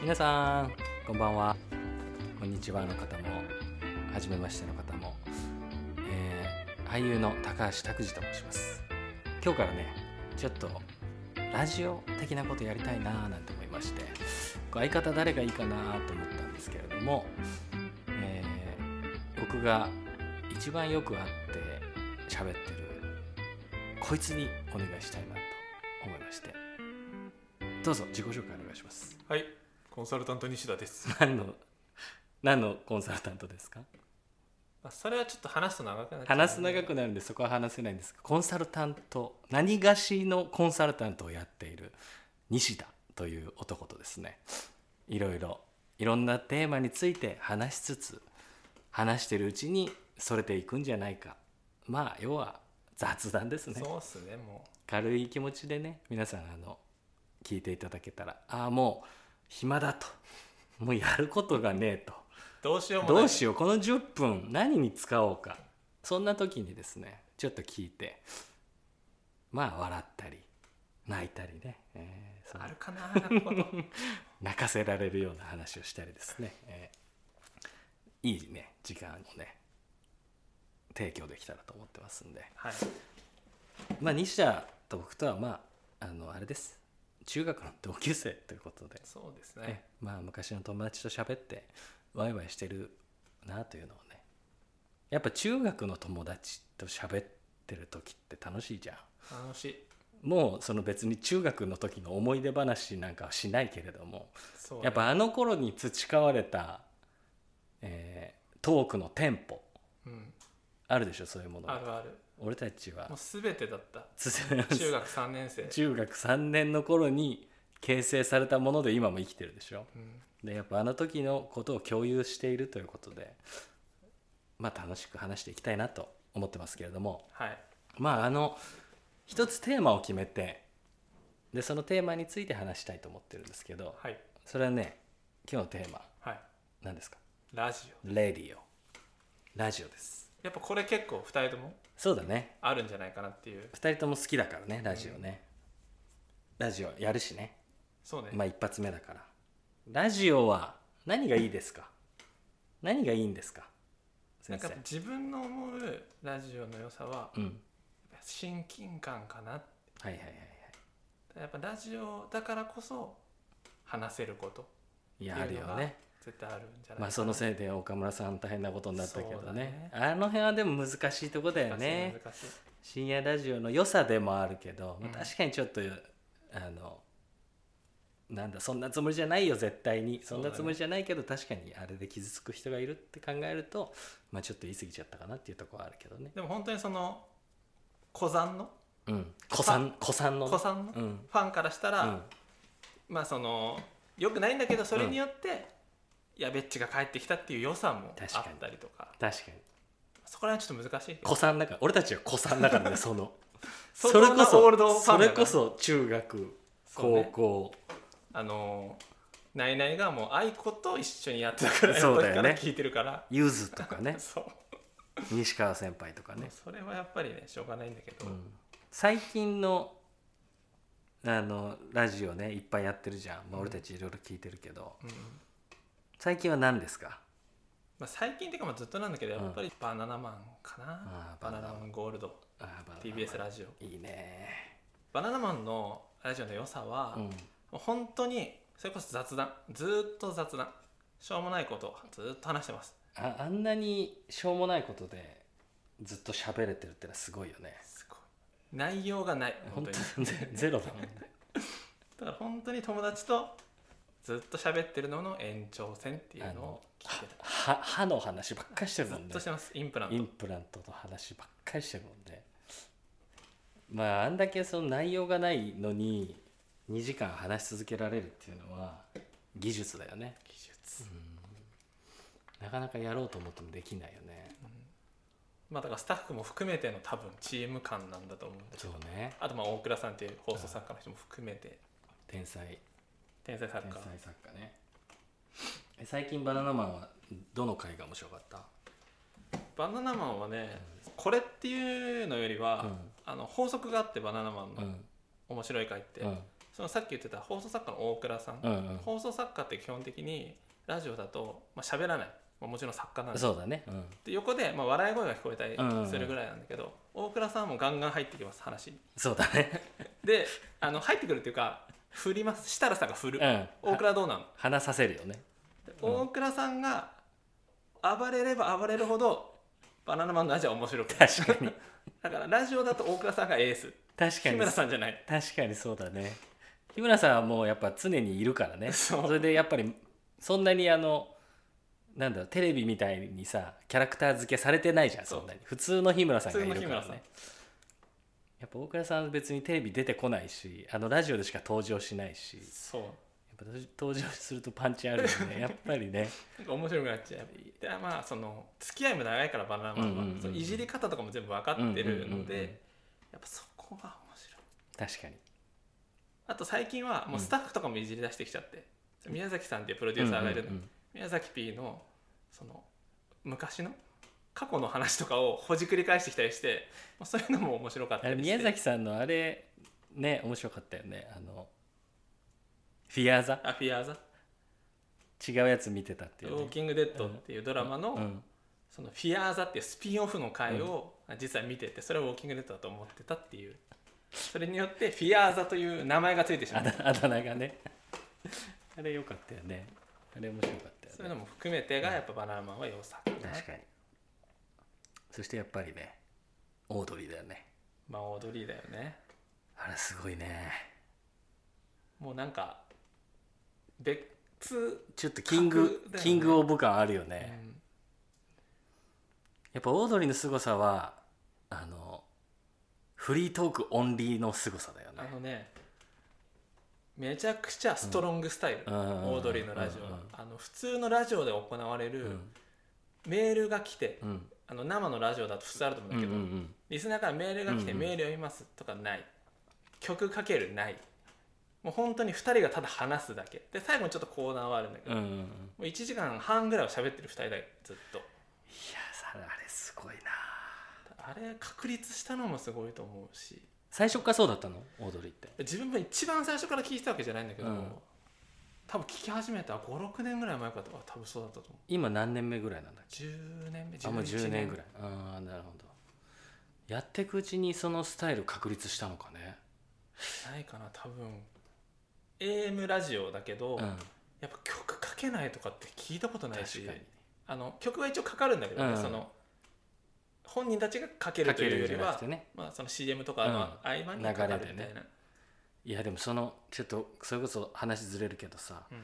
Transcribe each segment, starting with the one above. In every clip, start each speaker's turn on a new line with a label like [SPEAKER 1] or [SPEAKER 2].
[SPEAKER 1] 皆さんこんばんはこんにちはの方も初めましての方も、えー俳優の高橋拓司と申します今日からねちょっとラジオ的なことやりたいなーなんて思いましてこう相方誰がいいかなーと思ったんですけれども、えー僕が一番よく会って喋ってるこいつにお願いしたいなと思いましてどうぞ自己紹介お願いします
[SPEAKER 2] はい、コンサルタント西田です。
[SPEAKER 1] 何の何のコンサルタントですか
[SPEAKER 2] あそれはちょっと話すと長くなっちゃうね
[SPEAKER 1] 話す長くなるんでそこは話せないんですがコンサルタント何がしのコンサルタントをやっている西田という男とですねいろいろいろんなテーマについて話しつつ話してるうちにそれていくんじゃないかまあ要は雑談ですね
[SPEAKER 2] そうっすね、も
[SPEAKER 1] 軽い気持ちでね皆さんあの聞いていただけたらああもう暇だともうやることがねえと
[SPEAKER 2] う。どうしようもない。
[SPEAKER 1] どうしようこの10分何に使おうかそんな時にですねちょっと聞いてまあ笑ったり泣いたりね、えーその
[SPEAKER 2] あるかな、なるほど。
[SPEAKER 1] 泣かせられるような話をしたりですね、えーいいね時間をね提供できたらと思ってますんで
[SPEAKER 2] はい。
[SPEAKER 1] まあ西田と僕とはまああのあれです中学の同級生ということで
[SPEAKER 2] そうです
[SPEAKER 1] ね
[SPEAKER 2] ね。
[SPEAKER 1] まあ昔の友達と喋ってワイワイしてるなというのをねやっぱ中学の友達と喋ってる時って楽しいじゃん
[SPEAKER 2] 楽しい。
[SPEAKER 1] もうその別に中学の時の思い出話なんかはしないけれども
[SPEAKER 2] そう、
[SPEAKER 1] やっ、ぱあの頃に培われた、えートークのテンポ
[SPEAKER 2] うん。
[SPEAKER 1] あるでしょそういうもの
[SPEAKER 2] あるある。
[SPEAKER 1] 俺たちは
[SPEAKER 2] もうすべてだった。中
[SPEAKER 1] 中
[SPEAKER 2] 学3年生。
[SPEAKER 1] 中学3年の頃に形成されたもので今も生きてるでしょ
[SPEAKER 2] うん、
[SPEAKER 1] でやっぱあの時のことを共有しているということでまあ楽しく話していきたいなと思ってますけれども
[SPEAKER 2] はい。
[SPEAKER 1] まああの一つテーマを決めてでそのテーマについて話したいと思ってるんですけど
[SPEAKER 2] はい。
[SPEAKER 1] それはね今日のテーマ
[SPEAKER 2] はい。
[SPEAKER 1] 何ですか
[SPEAKER 2] ラジオ。
[SPEAKER 1] レディオラジオです
[SPEAKER 2] やっぱこれ結構2人とも
[SPEAKER 1] そうだね
[SPEAKER 2] あるんじゃないかなっていう。
[SPEAKER 1] 2人とも好きだからねラジオね、ラジオやるしね
[SPEAKER 2] そうね。
[SPEAKER 1] まあ一発目だからラジオは何がいいですか何がいいんですか
[SPEAKER 2] なん
[SPEAKER 1] 先
[SPEAKER 2] か
[SPEAKER 1] 生
[SPEAKER 2] 自分の思うラジオの良さは、
[SPEAKER 1] うん
[SPEAKER 2] 親近感かな。
[SPEAKER 1] はいはいはいはい
[SPEAKER 2] やっぱラジオだからこそ話せること。
[SPEAKER 1] いやあるよね
[SPEAKER 2] 絶対あるんじゃないかな
[SPEAKER 1] まあそのせいで岡村さん大変なことになったけ
[SPEAKER 2] そ
[SPEAKER 1] ど
[SPEAKER 2] うだ
[SPEAKER 1] ね
[SPEAKER 2] ね
[SPEAKER 1] あの辺はでも難しいとこだよ
[SPEAKER 2] 難しい
[SPEAKER 1] ね
[SPEAKER 2] 難しい
[SPEAKER 1] 深夜ラジオの良さでもあるけど、まあ
[SPEAKER 2] うん
[SPEAKER 1] 確かにちょっとあのなんだそんなつもりじゃないよ絶対にそんなつもりじゃないけど、確かにあれで傷つく人がいるって考えるとまあちょっと言い過ぎちゃったかなっていうところはあるけどね
[SPEAKER 2] でも本当にその古参の
[SPEAKER 1] うん子さん子さんの
[SPEAKER 2] 古参の
[SPEAKER 1] う
[SPEAKER 2] フ
[SPEAKER 1] ん
[SPEAKER 2] ァンからしたら、
[SPEAKER 1] うん
[SPEAKER 2] まあそのよくないんだけどそれによって、やべっちが帰ってきたっていう良さもあ
[SPEAKER 1] 確かに
[SPEAKER 2] ったりとか
[SPEAKER 1] 確かに
[SPEAKER 2] そこら辺ちょっと難しいけど
[SPEAKER 1] 子さんだから俺たちは子さんだからねその
[SPEAKER 2] そ
[SPEAKER 1] それこ
[SPEAKER 2] そんなオール
[SPEAKER 1] そ
[SPEAKER 2] ドファ
[SPEAKER 1] そ
[SPEAKER 2] ンだ
[SPEAKER 1] れ
[SPEAKER 2] か
[SPEAKER 1] こ
[SPEAKER 2] ら
[SPEAKER 1] そ中学
[SPEAKER 2] そう
[SPEAKER 1] 高
[SPEAKER 2] ね
[SPEAKER 1] 校
[SPEAKER 2] あのナイナイがもう愛子と一緒にやってたから
[SPEAKER 1] そうだよね
[SPEAKER 2] やっぱりから聞いてるから
[SPEAKER 1] ゆずとか ね
[SPEAKER 2] そう
[SPEAKER 1] 西川先輩とかね、
[SPEAKER 2] それはやっぱりねしょうがないんだけど、
[SPEAKER 1] うん最近のあのラジオねいっぱいやってるじゃん、まあ、俺たちいろいろ聞いてるけど
[SPEAKER 2] うん
[SPEAKER 1] 最近は何ですか
[SPEAKER 2] まあ、最近っていうかまあずっとなんだけどやっぱりバナナマンか
[SPEAKER 1] あ
[SPEAKER 2] な、
[SPEAKER 1] ーバ
[SPEAKER 2] バ
[SPEAKER 1] ナ
[SPEAKER 2] ナ
[SPEAKER 1] ナマン
[SPEAKER 2] ナマンゴールド
[SPEAKER 1] あーバナナマン
[SPEAKER 2] TBS ラジオ
[SPEAKER 1] いいね
[SPEAKER 2] バナナマンのラジオの良さは、
[SPEAKER 1] うん
[SPEAKER 2] 本当にそれこそ雑談ずーっと雑談しょうもないことをずーっと話してます
[SPEAKER 1] ああんなにしょうもないことでずっと喋れてるってのはすごいよね
[SPEAKER 2] すごい内容がない本
[SPEAKER 1] 本
[SPEAKER 2] 当に
[SPEAKER 1] 当に ゼゼロだもんね
[SPEAKER 2] だから本当に友達とずっと喋ってるのの延長線っていうのを聞いてた
[SPEAKER 1] は歯の話ばっかりしてる
[SPEAKER 2] ず
[SPEAKER 1] も
[SPEAKER 2] っ
[SPEAKER 1] んね
[SPEAKER 2] としてますインプラン
[SPEAKER 1] イン
[SPEAKER 2] ト
[SPEAKER 1] プラントの話ばっかりしてるもんねまああんだけその内容がないのに2時間話し続けられるっていうのは技術だよね
[SPEAKER 2] 技術、
[SPEAKER 1] なかなかやろうと思ってもできないよね
[SPEAKER 2] まあだからスタッフも含めての多分チーム感なんだと思うんです
[SPEAKER 1] そうね
[SPEAKER 2] あとまあ大倉さんっていう放送作家の人も含めて
[SPEAKER 1] 天才
[SPEAKER 2] 天才作
[SPEAKER 1] 天
[SPEAKER 2] 家
[SPEAKER 1] 才作家ねえ最近バナナマンはどの回が面白かった
[SPEAKER 2] バナナマンはねこれっていうのよりは、
[SPEAKER 1] うん
[SPEAKER 2] あの法則があってバナナマン
[SPEAKER 1] う
[SPEAKER 2] の
[SPEAKER 1] ん
[SPEAKER 2] 面白い回って、
[SPEAKER 1] うん
[SPEAKER 2] そのさっき言ってた放送作家の大倉さん、
[SPEAKER 1] うん
[SPEAKER 2] 放送作家って基本的にラジオだとまあ喋らない、まあ、もちろん作家なん
[SPEAKER 1] うん
[SPEAKER 2] で
[SPEAKER 1] そうだねうん
[SPEAKER 2] で横で、まあ、笑い声が聞こえたり
[SPEAKER 1] うんうんうん
[SPEAKER 2] するぐらいなんだけど、大倉さんもガンガン入ってきます話に
[SPEAKER 1] そうだね
[SPEAKER 2] であの入ってくるっていうか振ります設楽さんが振
[SPEAKER 1] う
[SPEAKER 2] る
[SPEAKER 1] ん、 は
[SPEAKER 2] 大倉どうなの
[SPEAKER 1] 話させるよね
[SPEAKER 2] で
[SPEAKER 1] うん
[SPEAKER 2] 大倉さんが暴れれば暴れるほどバナナマンの味は面白くない
[SPEAKER 1] 確 かに
[SPEAKER 2] だからラジオだと大倉さんがエース
[SPEAKER 1] 確か
[SPEAKER 2] 日
[SPEAKER 1] に
[SPEAKER 2] 村さんじゃない
[SPEAKER 1] 確かにそうだね日村さんはもうやっぱ常にいるからね
[SPEAKER 2] そう
[SPEAKER 1] れでやっぱりそんなにあのなんだろうテレビみたいにさキャラクター付けされてないじゃん
[SPEAKER 2] そう
[SPEAKER 1] そんなに普通の日村さんがいるか
[SPEAKER 2] 普通の
[SPEAKER 1] ら
[SPEAKER 2] 日村さん
[SPEAKER 1] ねやっぱ大倉さんは別にテレビ出てこないしあのラジオでしか登場しないしや
[SPEAKER 2] そう
[SPEAKER 1] っぱ登場するとパンチあるよ ねやっぱりね
[SPEAKER 2] なんか面白くなっちゃうでまあその付き合いも長いからバナナマンは、
[SPEAKER 1] うんうんうんうん
[SPEAKER 2] そのいじり方とかも全部分かってるので、
[SPEAKER 1] うんうんうんうん
[SPEAKER 2] やっぱそこが面白い
[SPEAKER 1] 確かに
[SPEAKER 2] あと最近はもうスタッフとかもいじり出してきちゃって、宮崎さんっていうプロデューサーがいるの、
[SPEAKER 1] うんうんうん
[SPEAKER 2] 宮崎 P のその昔の過去の話とかをほじくり返してきたりしてまあそういうのも面白かっ
[SPEAKER 1] あ
[SPEAKER 2] た
[SPEAKER 1] れ
[SPEAKER 2] りして
[SPEAKER 1] 宮崎さんのあれね面白かったよねあのフィアーザ
[SPEAKER 2] アフィアーザ
[SPEAKER 1] 違うやつ見てたっ
[SPEAKER 2] 「ウ
[SPEAKER 1] ていう、
[SPEAKER 2] ォ
[SPEAKER 1] ね
[SPEAKER 2] ー、キング・デッド」っていうドラマの、
[SPEAKER 1] うん
[SPEAKER 2] そのフィアーザっていうスピンオフの回を実は見ててそれをウォーキングデッドだと思ってたっていうそれによってフィアーザという名前がついてしま
[SPEAKER 1] あ
[SPEAKER 2] っ
[SPEAKER 1] だ
[SPEAKER 2] た
[SPEAKER 1] あだ名がね あれ良かったよねあれ面白かったよね
[SPEAKER 2] そういうのも含めてがやっぱバナナマンは良さかな
[SPEAKER 1] 確かにそしてやっぱりねオードリーだよね
[SPEAKER 2] まあオードリーだよね
[SPEAKER 1] あれすごいね
[SPEAKER 2] もうなんか別、
[SPEAKER 1] ちょっとキング、
[SPEAKER 2] 格だよね
[SPEAKER 1] キングオブ感あるよ
[SPEAKER 2] う
[SPEAKER 1] ね、
[SPEAKER 2] ん
[SPEAKER 1] やっぱオードリーの凄さはあのフリートークオンリーの凄さだよ
[SPEAKER 2] あ
[SPEAKER 1] ね
[SPEAKER 2] のねめちゃくちゃストロングスタイル、
[SPEAKER 1] うん
[SPEAKER 2] オードリーのラジオは、
[SPEAKER 1] うんうん
[SPEAKER 2] あの普通のラジオで行われ
[SPEAKER 1] う
[SPEAKER 2] る
[SPEAKER 1] ん
[SPEAKER 2] メールが来て、
[SPEAKER 1] うん
[SPEAKER 2] あの生のラジオだと普通あると思うんだけど、
[SPEAKER 1] うんうん
[SPEAKER 2] リスナーからメールが来て
[SPEAKER 1] うんうん
[SPEAKER 2] メール読みますとかない、曲かけるないもう本当に2人がただ話すだけで最後にちょっとコーナーはあるんだけ
[SPEAKER 1] う
[SPEAKER 2] ど、
[SPEAKER 1] んう
[SPEAKER 2] も
[SPEAKER 1] んうん
[SPEAKER 2] う1時間半ぐらいは喋ってる2人だよずっと
[SPEAKER 1] いやさあれすごいな
[SPEAKER 2] あれ確立したのもすごいと思うし
[SPEAKER 1] 最初っからそうだったのオードリーって
[SPEAKER 2] 自分も一番最初から聞いてたわけじゃないんだけど、
[SPEAKER 1] うん
[SPEAKER 2] 多分聞き始めた56年ぐらい前かとか多分そうだったと思う
[SPEAKER 1] 今何年目ぐらいなんだっけ
[SPEAKER 2] 10年目
[SPEAKER 1] あもう10年ぐら
[SPEAKER 2] い
[SPEAKER 1] いああなるほどやっていくうちにそのスタイル確立したのかね
[SPEAKER 2] ないかな多分 AM ラジオだけど、
[SPEAKER 1] うん
[SPEAKER 2] やっぱ曲かけないとかって聞いたことないし
[SPEAKER 1] 確かに
[SPEAKER 2] あの曲は一応かかるんだけどね、
[SPEAKER 1] うん
[SPEAKER 2] その本人たちがかける
[SPEAKER 1] か
[SPEAKER 2] と
[SPEAKER 1] け
[SPEAKER 2] いう
[SPEAKER 1] る
[SPEAKER 2] よ
[SPEAKER 1] んじ
[SPEAKER 2] り
[SPEAKER 1] ゃなく
[SPEAKER 2] は、
[SPEAKER 1] てね
[SPEAKER 2] まあ、その CM とかの合間にかかるみたい
[SPEAKER 1] 流れで
[SPEAKER 2] な、
[SPEAKER 1] いやでもそのちょっとそれこそ話ずれるけどさ
[SPEAKER 2] うん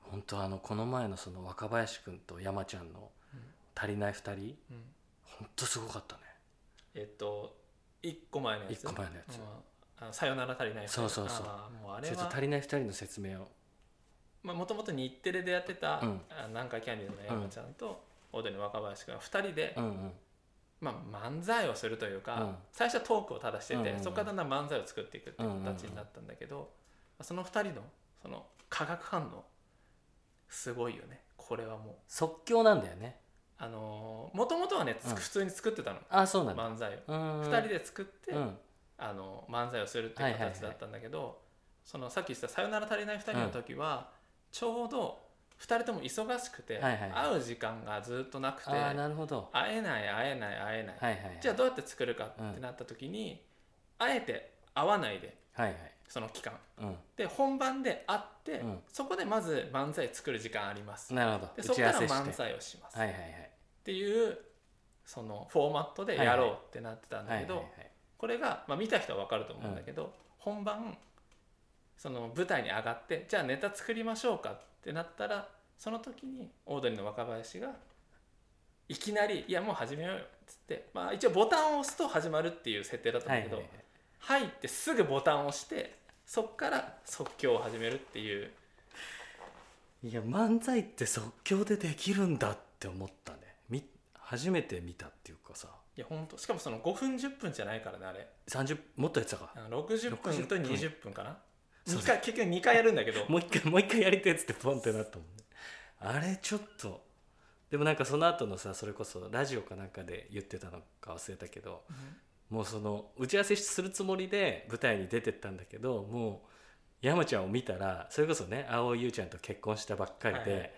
[SPEAKER 1] 本当あのこの前のその若林くんと山ちゃんの
[SPEAKER 2] うん
[SPEAKER 1] 足りない2人
[SPEAKER 2] うん
[SPEAKER 1] 本当すごかったね
[SPEAKER 2] えっと1個前のやつ
[SPEAKER 1] 一個前のやつ
[SPEAKER 2] うんあのさよなら足りない
[SPEAKER 1] そうそうそう
[SPEAKER 2] あーもうあれ
[SPEAKER 1] ちょっと
[SPEAKER 2] は
[SPEAKER 1] 足りない2人の説明を
[SPEAKER 2] まあもともと日テレでやってた
[SPEAKER 1] うん
[SPEAKER 2] 「あ南海キャンディーズ」の山ちゃんとオードリーの若林君が2人で
[SPEAKER 1] う、んうん
[SPEAKER 2] まあ、漫才をするというか、
[SPEAKER 1] うん
[SPEAKER 2] 最初はトークをただしてて、
[SPEAKER 1] うんうんうん
[SPEAKER 2] そこからだんだん漫才を作っていくっていう形になったんだけど、その2人のその化学反応すごいよねこれはもう
[SPEAKER 1] 即興なんだよね
[SPEAKER 2] あのもともとはね、つ
[SPEAKER 1] うん
[SPEAKER 2] 普通に作ってたの
[SPEAKER 1] ああそうなんだ
[SPEAKER 2] 漫才を、
[SPEAKER 1] 2
[SPEAKER 2] 2人で作って、
[SPEAKER 1] うん
[SPEAKER 2] あの漫才をするっていう形だったんだけど、そのさっき言ってた「さよなら足りない2人」の時は、ちょうど2人とも忙しくて、
[SPEAKER 1] はいはい
[SPEAKER 2] 会う時間がずっとなくて
[SPEAKER 1] ああなるほど
[SPEAKER 2] 会えない会えない会えない、
[SPEAKER 1] はいはい
[SPEAKER 2] じゃあどうやって作るかってなった時に、あえて会わないで
[SPEAKER 1] はいはい
[SPEAKER 2] その期間
[SPEAKER 1] う
[SPEAKER 2] で本番で会って、
[SPEAKER 1] うん
[SPEAKER 2] そこでまず漫才作る時間あります、
[SPEAKER 1] んなるほど
[SPEAKER 2] でそ
[SPEAKER 1] 打
[SPEAKER 2] こ
[SPEAKER 1] ち
[SPEAKER 2] か
[SPEAKER 1] 合
[SPEAKER 2] ら
[SPEAKER 1] わせし
[SPEAKER 2] 漫
[SPEAKER 1] て
[SPEAKER 2] 才をします、
[SPEAKER 1] はいはいはい
[SPEAKER 2] っていうそのフォーマットでやろうってなってたんだ
[SPEAKER 1] は
[SPEAKER 2] け
[SPEAKER 1] い
[SPEAKER 2] ど、
[SPEAKER 1] はいはい
[SPEAKER 2] これが、まあ、見た人は分かると思うんだけど、本番その舞台に上がってじゃあネタ作りましょうかってなったらその時にオードリーの若林がいきなり「いやもう始めようよ」っつって、まあ、一応ボタンを押すと始まるっていう設定だったん
[SPEAKER 1] は
[SPEAKER 2] だ
[SPEAKER 1] い
[SPEAKER 2] け
[SPEAKER 1] はい
[SPEAKER 2] ど、
[SPEAKER 1] はい
[SPEAKER 2] 入ってすぐボタンを押してそっから即興を始めるっていう
[SPEAKER 1] いや漫才って即興でできるんだって思ったねみ初めて見たっていうかさ
[SPEAKER 2] いや本当しかもその5分10分じゃないからねあれ
[SPEAKER 1] 30もっとやってたか
[SPEAKER 2] あの60分と20分かな
[SPEAKER 1] そう
[SPEAKER 2] 二回結局2回やるんだけど
[SPEAKER 1] もう一回もう一回やりたいっつってポンってなったもんねあれちょっとでもなんかその後のさそれこそラジオかなんかで言ってたのか忘れたけどもうその打ち合わせするつもりで舞台に出てったんだけどもう山ちゃんを見たらそれこそね蒼井優ちゃんと結婚したばっかりで、
[SPEAKER 2] はいはい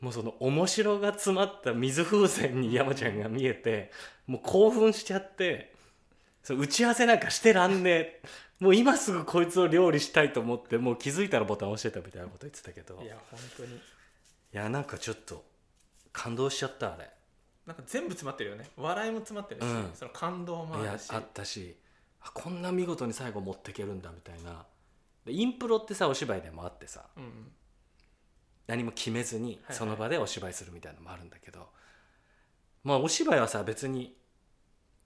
[SPEAKER 1] もうその面白が詰まった水風船に山ちゃんが見えてもう興奮しちゃってそう打ち合わせなんかしてらんねえもう今すぐこいつを料理したいと思ってもう気づいたらボタン押してたみたいなこと言ってたけど
[SPEAKER 2] いや本当に
[SPEAKER 1] いやなんかちょっと感動しちゃったあれ、
[SPEAKER 2] なんか全部詰まってるよね笑いも詰まってるし、
[SPEAKER 1] うん
[SPEAKER 2] その感動も
[SPEAKER 1] い
[SPEAKER 2] あ
[SPEAKER 1] や
[SPEAKER 2] るし
[SPEAKER 1] あったしあこんな見事に最後持ってけるんだみたいなでインプロってさお芝居でもあってさ
[SPEAKER 2] うんうん
[SPEAKER 1] 何も決めずに
[SPEAKER 2] いはい
[SPEAKER 1] その場でお芝居するみたいなのもあるんだけど、まあお芝居はさ別に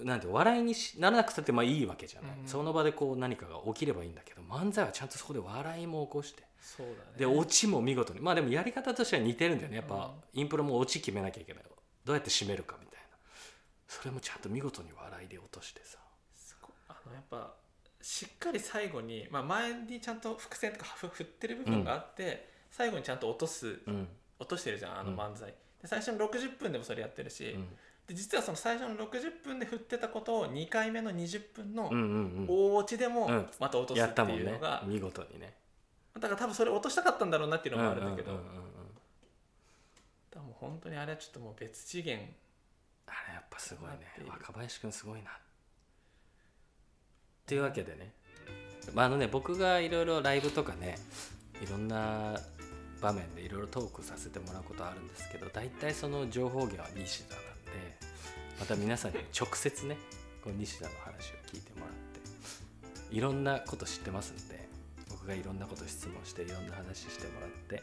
[SPEAKER 1] なんて笑いにしならなくたってまあいいわけじゃない、
[SPEAKER 2] うん
[SPEAKER 1] その場でこう何かが起きればいいんだけど漫才はちゃんとそこで笑いも起こして
[SPEAKER 2] そうだね
[SPEAKER 1] でオチも見事にまあでもやり方としては似てるんだよねやっぱインプロもオチ決めなきゃいけないどうやって締めるかみたいなそれもちゃんと見事に笑いで落としてさ
[SPEAKER 2] そこあのやっぱしっかり最後に、まあ、前にちゃんと伏線とかふ振ってる部分があって、最後にちゃんと落とす
[SPEAKER 1] うん
[SPEAKER 2] 落としてるじゃんあの
[SPEAKER 1] うん
[SPEAKER 2] 漫才、で最初の60分でもそれやってるし、
[SPEAKER 1] うん
[SPEAKER 2] で実はその最初の60分で振ってたことを2回目の20分の
[SPEAKER 1] うんうんうん
[SPEAKER 2] 大落ちでも
[SPEAKER 1] うん
[SPEAKER 2] また落とす
[SPEAKER 1] や
[SPEAKER 2] っ
[SPEAKER 1] ってたも
[SPEAKER 2] い
[SPEAKER 1] ん
[SPEAKER 2] う
[SPEAKER 1] ね
[SPEAKER 2] のが、
[SPEAKER 1] 見事にね
[SPEAKER 2] だから多分それ落としたかったんだろうなっていうのもあるんだけど、
[SPEAKER 1] うんうんうんうん
[SPEAKER 2] 多分本当にあれはちょっともう別次元
[SPEAKER 1] あれやっぱすごいね
[SPEAKER 2] 待っている
[SPEAKER 1] 若林くんすごいなというわけでね、まあ、あのね僕がいろいろライブとかねいろんな場面でいろいろトークさせてもらうことあるんですけど大体その情報源は西田なんでまた皆さんに直接ね こう西田の話を聞いてもらっていろんなこと知ってますんで僕がいろんなこと質問していろんな話してもらって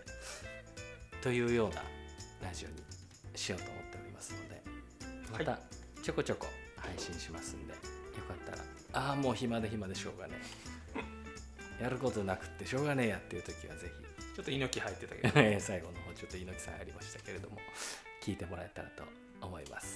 [SPEAKER 1] というようなラジオにしようと思っておりますのでま
[SPEAKER 2] はい
[SPEAKER 1] たちょこちょこ配信しますんでよかったらああもう暇で暇でしょうがねえや ることなくってしょうがねえやっていう時はぜひ
[SPEAKER 2] ちょっと猪木入ってたけど
[SPEAKER 1] 最後の方ちょっと猪木さんありましたけれども聞いてもらえたらと思います